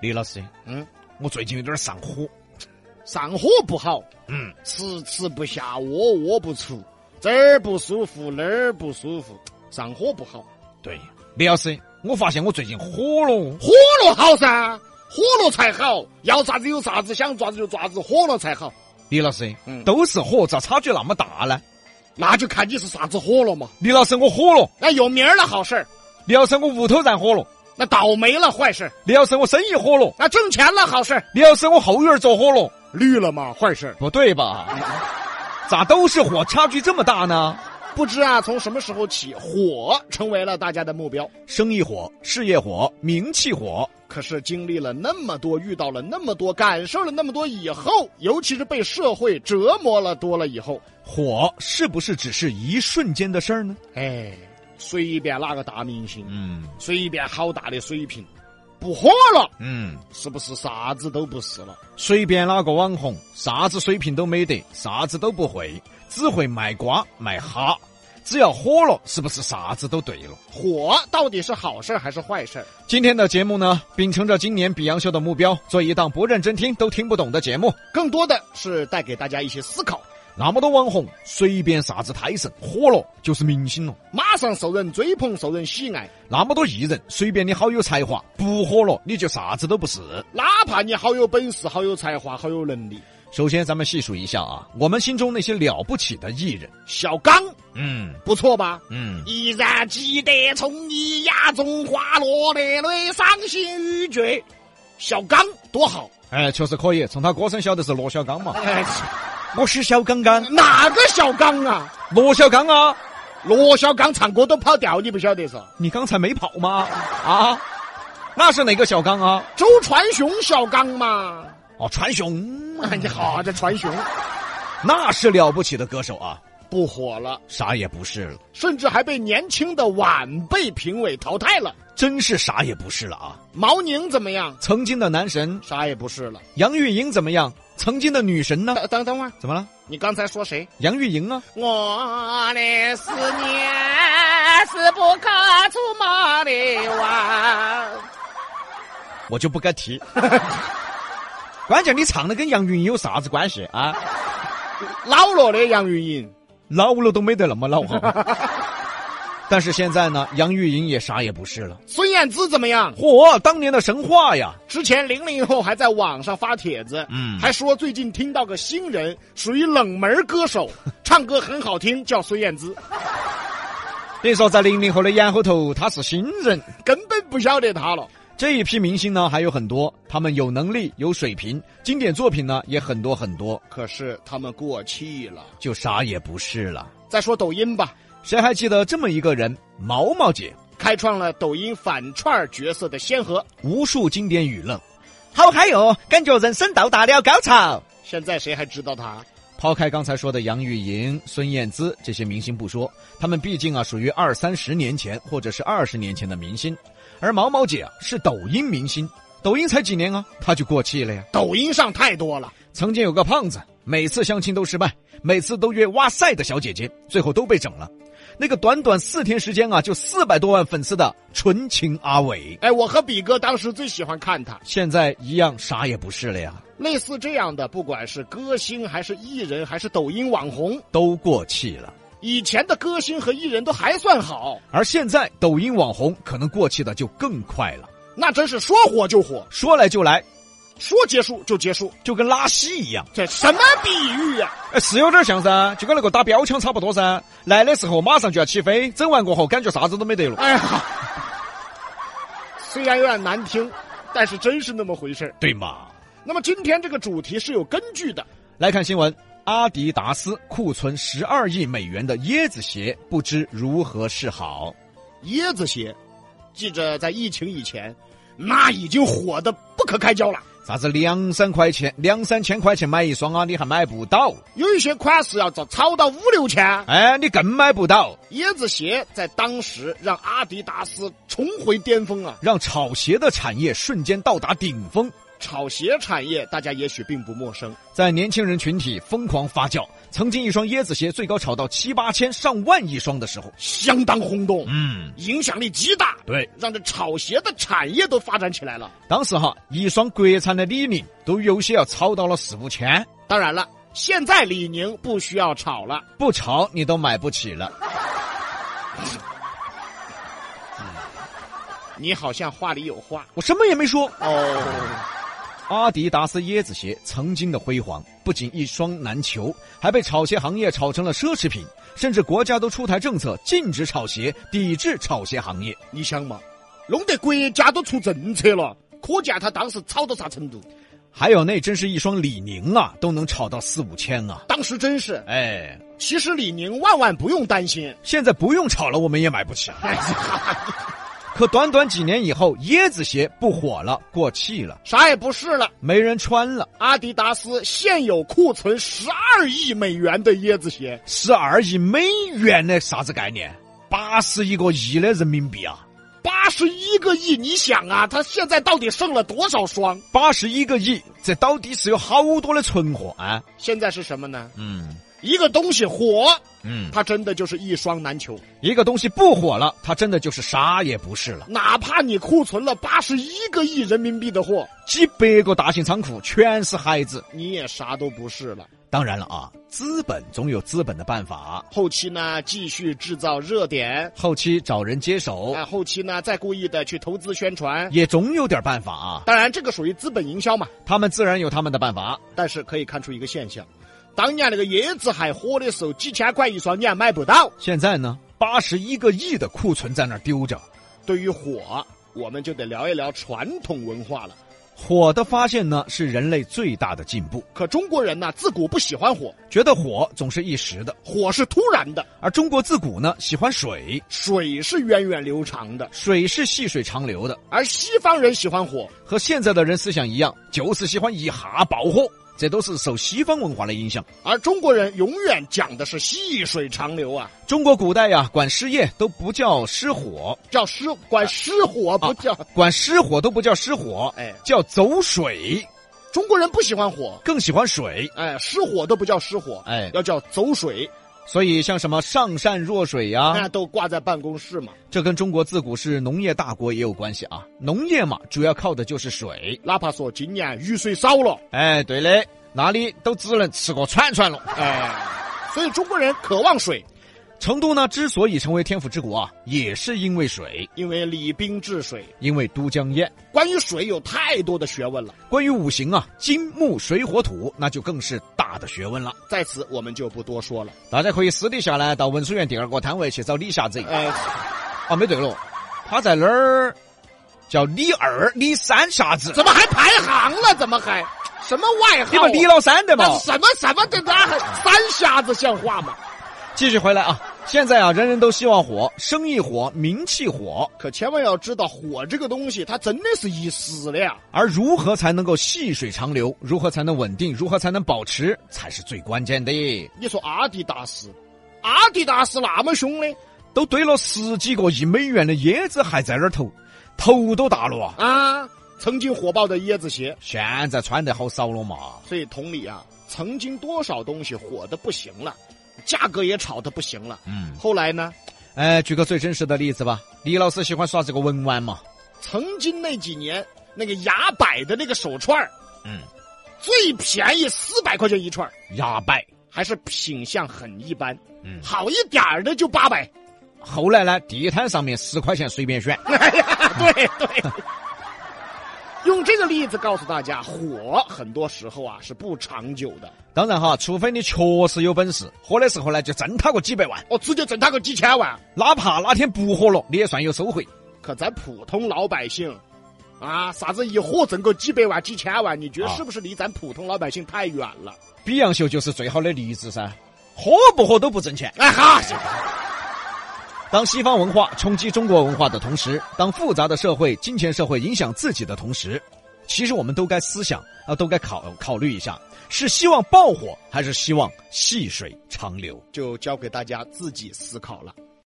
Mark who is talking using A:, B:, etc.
A: 李老师，
B: 嗯，
A: 我最近有点上火，
B: 上火不好，
A: 嗯，
B: 吃吃不下，窝窝不出，这儿不舒服，那儿不舒服，上火不好，
A: 对，李老师，我发现我最近火了，哦
B: 火了好噻，火了才好，要啥子有啥子，想爪子就爪子，火了才好，
A: 李老师，
B: 嗯
A: 都是火，咋差距那么大呢？
B: 那就看你是啥子火了嘛，
A: 李老师，我火了，
B: 那有名儿了好事儿，
A: 李老师，我屋头燃火了，
B: 那倒霉了坏事儿，
A: 李老师，我生意火了，
B: 那挣钱了好事儿，
A: 李老师，我后院儿着火了，
B: 绿了嘛坏事儿。
A: 不对吧？ 咋都是火，差距这么大呢？
B: 不知啊，从什么时候起，火成为了大家的目标。
A: 生意火，事业火，名气火，
B: 可是经历了那么多，遇到了那么多，感受了那么多以后，尤其是被社会折磨了多了以后，
A: 火是不是只是一瞬间的事儿呢？
B: 哎，随便哪个大明星，
A: 嗯
B: 随便好大的水平，不火了，
A: 嗯，
B: 是不是啥子都不是了？
A: 随便哪个网红，啥子水平都没得，啥子都不会，只会卖瓜卖虾。只要火了，是不是啥子都对了？
B: 火到底是好事儿还是坏事儿？
A: 今天的节目呢，秉承着今年比洋秀的目标，做一档不认真听都听不懂的节目。
B: 更多的是带给大家一些思考。
A: 那么多网红，随便啥子胎神火了就是明星了；
B: 马上受人追捧，受人喜爱，
A: 那么多艺人，随便你好有才华，不火了你就啥子都不是。
B: 哪怕你好有本事、好有才华、好有能力，
A: 首先，咱们细数一下啊，我们心中那些了不起的艺人，
B: 小刚
A: 嗯
B: 不错吧？
A: 嗯，
B: 依然记得从你眼中滑落的泪，伤心欲绝。小刚多好，
A: 哎，确实可以，从他歌声晓得是罗小刚嘛。
B: 哎，
A: 我是小刚刚，
B: 哪个小刚啊？
A: 罗小刚啊，
B: 罗小刚唱歌都跑调，你不晓得是？
A: 你刚才没跑吗？啊，那是哪个小刚啊？
B: 周传雄小刚嘛？
A: 哦，传雄，
B: 哎，你好，这传雄
A: 那是了不起的歌手啊，
B: 不火了，
A: 啥也不是了，
B: 甚至还被年轻的晚辈评委淘汰了。
A: 真是啥也不是了啊。
B: 毛宁怎么样？
A: 曾经的男神
B: 啥也不是了。
A: 杨钰莹怎么样？曾经的女神呢？
B: 等等等会儿，
A: 怎么了？
B: 你刚才说谁？
A: 杨钰莹啊，
B: 我的思念是不可触摸的网。
A: 我就不该提。 关键你唱的跟杨钰莹有啥子关系啊？
B: 老了的杨钰莹，
A: 老了都没得那么老哈。但是现在呢，杨钰莹也啥也不是了。
B: 孙燕姿怎么样？
A: 嚯，当年的神话呀！
B: 之前零零后还在网上发帖子，
A: 嗯
B: 还说最近听到个新人，属于冷门歌手， 唱歌很好听，叫孙燕姿，
A: 等于说在零零后的眼后头，他是新人。
B: 根本不晓得她了。
A: 这一批明星呢还有很多，他们有能力、有水平，经典作品呢也很多很多，
B: 可是他们过气了。
A: 就啥也不是了。
B: 再说抖音吧，
A: 谁还记得这么一个人？毛毛姐，
B: 开创了抖音反串儿角色的先河。
A: 无数经典语录，好嗨哟、感觉人生到达了高潮。
B: 现在谁还知道她？
A: 抛开刚才说的杨钰莹、孙燕姿这些明星不说，他们毕竟啊属于二三十年前或者是二十年前的明星，而毛毛姐啊是抖音明星，抖音才几年啊，她就过气了呀。
B: 抖音上太多了，
A: 曾经有个胖子，每次相亲都失败，每次都约哇塞的小姐姐，最后都被整了。那个短短四天时间啊，就四百多万粉丝的纯情阿伟，
B: 哎，我和比哥当时最喜欢看他。
A: 现在一样啥也不是了呀，
B: 类似这样的，不管是歌星还是艺人，还是抖音网红，
A: 都过气了。
B: 以前的歌星和艺人都还算好，
A: 而现在抖音网红可能过气的就更快了，
B: 那真是说火就火，
A: 说来就来，
B: 说结束就结束，
A: 就跟拉稀一样，
B: 这什么比喻啊呀、
A: 哎，是有点像噻，就跟那个打标枪差不多噻。来的时候马上就要起飞，整完过后感觉啥子都没得了。
B: 哎呀， 虽然有点难听，但是真是那么回事儿
A: 对嘛？
B: 那么今天这个主题是有根据的，
A: 来看新闻，阿迪达斯库存十二亿美元的椰子鞋不知如何是好。
B: 椰子鞋，记着在疫情以前，那已经火的不可开交了。
A: 啥子两三块钱、两三千块钱买一双啊，你还买不到？
B: 有一些款式要找炒到五六千，
A: 哎，你更买不到。
B: 椰子鞋在当时让阿迪达斯重回巅峰啊！
A: 让炒鞋的产业瞬间到达顶峰，
B: 炒鞋产业大家也许并不陌生，
A: 在年轻人群体疯狂发酵，曾经一双椰子鞋最高炒到七八千、上万一双的时候，
B: 相当轰动，
A: 嗯，
B: 影响力极大，
A: 对，
B: 让这炒鞋的产业都发展起来了。
A: 当时哈，一双国产的李宁都有些要炒到了四五千，
B: 当然了，现在李宁不需要炒了，
A: 不炒你都买不起了。
B: 你好像话里有话
A: 我什么也没说。
B: 哦。
A: 阿迪达斯椰子鞋曾经的辉煌，不仅一双难求，还被炒鞋行业炒成了奢侈品，甚至国家都出台政策禁止炒鞋，抵制炒鞋行业。
B: 你想嘛，弄得国家都出政策了，可见他当时炒到啥程度。
A: 还有那真是一双李宁啊，都能炒到四五千啊！
B: 当时真是，
A: 哎，
B: 其实李宁万万不用担心。
A: 现在不用炒了，我们也买不起。 可短短几年以后，椰子鞋不火了，过气了，
B: 啥也不是了。
A: 没人穿了，
B: 阿迪达斯现有库存十二亿美元的椰子鞋，
A: 十二亿美元的啥子概念？八十一个亿的人民币啊！
B: 八十一个亿。你想啊，他现在到底剩了多少双？
A: 八十一个亿，这到底是有好多的存货啊！
B: 现在是什么呢？
A: 嗯
B: 一个东西火，
A: 嗯，
B: 它真的就是一双难求。
A: 一个东西不火了，它真的就是啥也不是了。
B: 哪怕你库存了八十一个亿人民币的货，
A: 几百个大型仓库全是孩子。
B: 你也啥都不是了。
A: 当然了啊，资本总有资本的办法。
B: 后期呢，继续制造热点，
A: 后期找人接手
B: 啊，后期呢再故意的去投资宣传。
A: 也总有点办法啊，
B: 当然，这个属于资本营销嘛。
A: 他们自然有他们的办法。
B: 但是可以看出一个现象，当年那个椰子还火的时候，几千块一双你还买不到。
A: 现在呢，八十一个亿的库存在那儿丢着，
B: 对于火，我们就得聊一聊传统文化了。
A: 火的发现呢是人类最大的进步，
B: 可中国人呢，自古不喜欢火，
A: 觉得火总是一时的，
B: 火是突然的，
A: 而中国自古呢喜欢水，
B: 水是源远流长的，
A: 水是细水长流的。
B: 而西方人喜欢火。
A: 和现在的人思想一样，就是喜欢一下爆火，这都是受西方文化的影响。
B: 而中国人永远讲的是细水长流啊，
A: 中国古代呀，管失业都不叫失火，
B: 叫失管失火不叫、
A: 管失火都不叫失火，
B: 哎，
A: 叫走水，
B: 中国人不喜欢火，
A: 更喜欢水。
B: 哎，失火都不叫失火，
A: 哎，
B: 要叫走水，
A: 所以像什么上善若水呀、
B: 那都挂在办公室嘛。
A: 这跟中国自古是农业大国也有关系啊。农业嘛，主要靠的就是水。
B: 哪怕说今年雨水少了，
A: 哎，对的，那里都只能吃个串串了。
B: 哎，所以中国人渴望水，
A: 成都呢，之所以成为天府之国啊，也是因为水，
B: 因为礼兵治水。
A: 因为都江堰。
B: 关于水有太多的学问了，
A: 关于五行啊，金木水火土，那就更是大的学问了。
B: 在此我们就不多说了。
A: 大家可以私底下呢到文殊院第二个摊位去找李瞎子。
B: 哎，
A: 啊，没对了，他在那儿叫李二、李三瞎子，
B: 怎么还排行了？怎么还什么外号啊？
A: 你们李老三的嘛
B: 那。什么什么的，那还三瞎子像话吗？
A: 继续回来啊，现在啊，人人都希望火，生意火，名气火，
B: 可千万要知道，火这个东西，它真的是一时的呀。
A: 而如何才能够细水长流，如何才能稳定，如何才能保持，才是最关键的。
B: 你说阿迪达斯，阿迪达斯那么凶的
A: 都堆了十几个亿美元的椰子还在那儿投，头都大了啊！
B: 啊，曾经火爆的椰子鞋，
A: 现在穿得好少了嘛。
B: 所以同理啊，曾经多少东西火的不行了，价格也炒的不行了。
A: 嗯。
B: 后来呢，
A: 哎，举个最真实的例子吧，李老师喜欢耍这个文玩嘛，
B: 曾经那几年那个牙摆的那个手串儿
A: 嗯，
B: 最便宜四百块钱一串儿
A: 牙摆。
B: 还是品相很一般，
A: 嗯
B: 好一点儿的就八百。
A: 后来呢，地摊上面十块钱随便选，
B: 对对。用这个例子告诉大家，火很多时候啊是不长久的。
A: 当然哈，除非你确实有本事，火的时候呢就挣他个几百万，
B: 我直接挣他个几千万，
A: 哪怕哪天不火了，你也算有收获。
B: 可咱普通老百姓，啊，啥子一火挣个几百万、几千万，你觉得
A: 啊
B: 是不是离咱普通老百姓太远了？
A: 比洋秀就是最好的例子噻，火不火都不挣钱。
B: 哎哈，
A: 当西方文化冲击中国文化的同时，当复杂的社会、金钱社会影响自己的同时，其实我们都该思想啊、都该考考虑一下，是希望爆火还是希望细水长流。
B: 就交给大家自己思考了。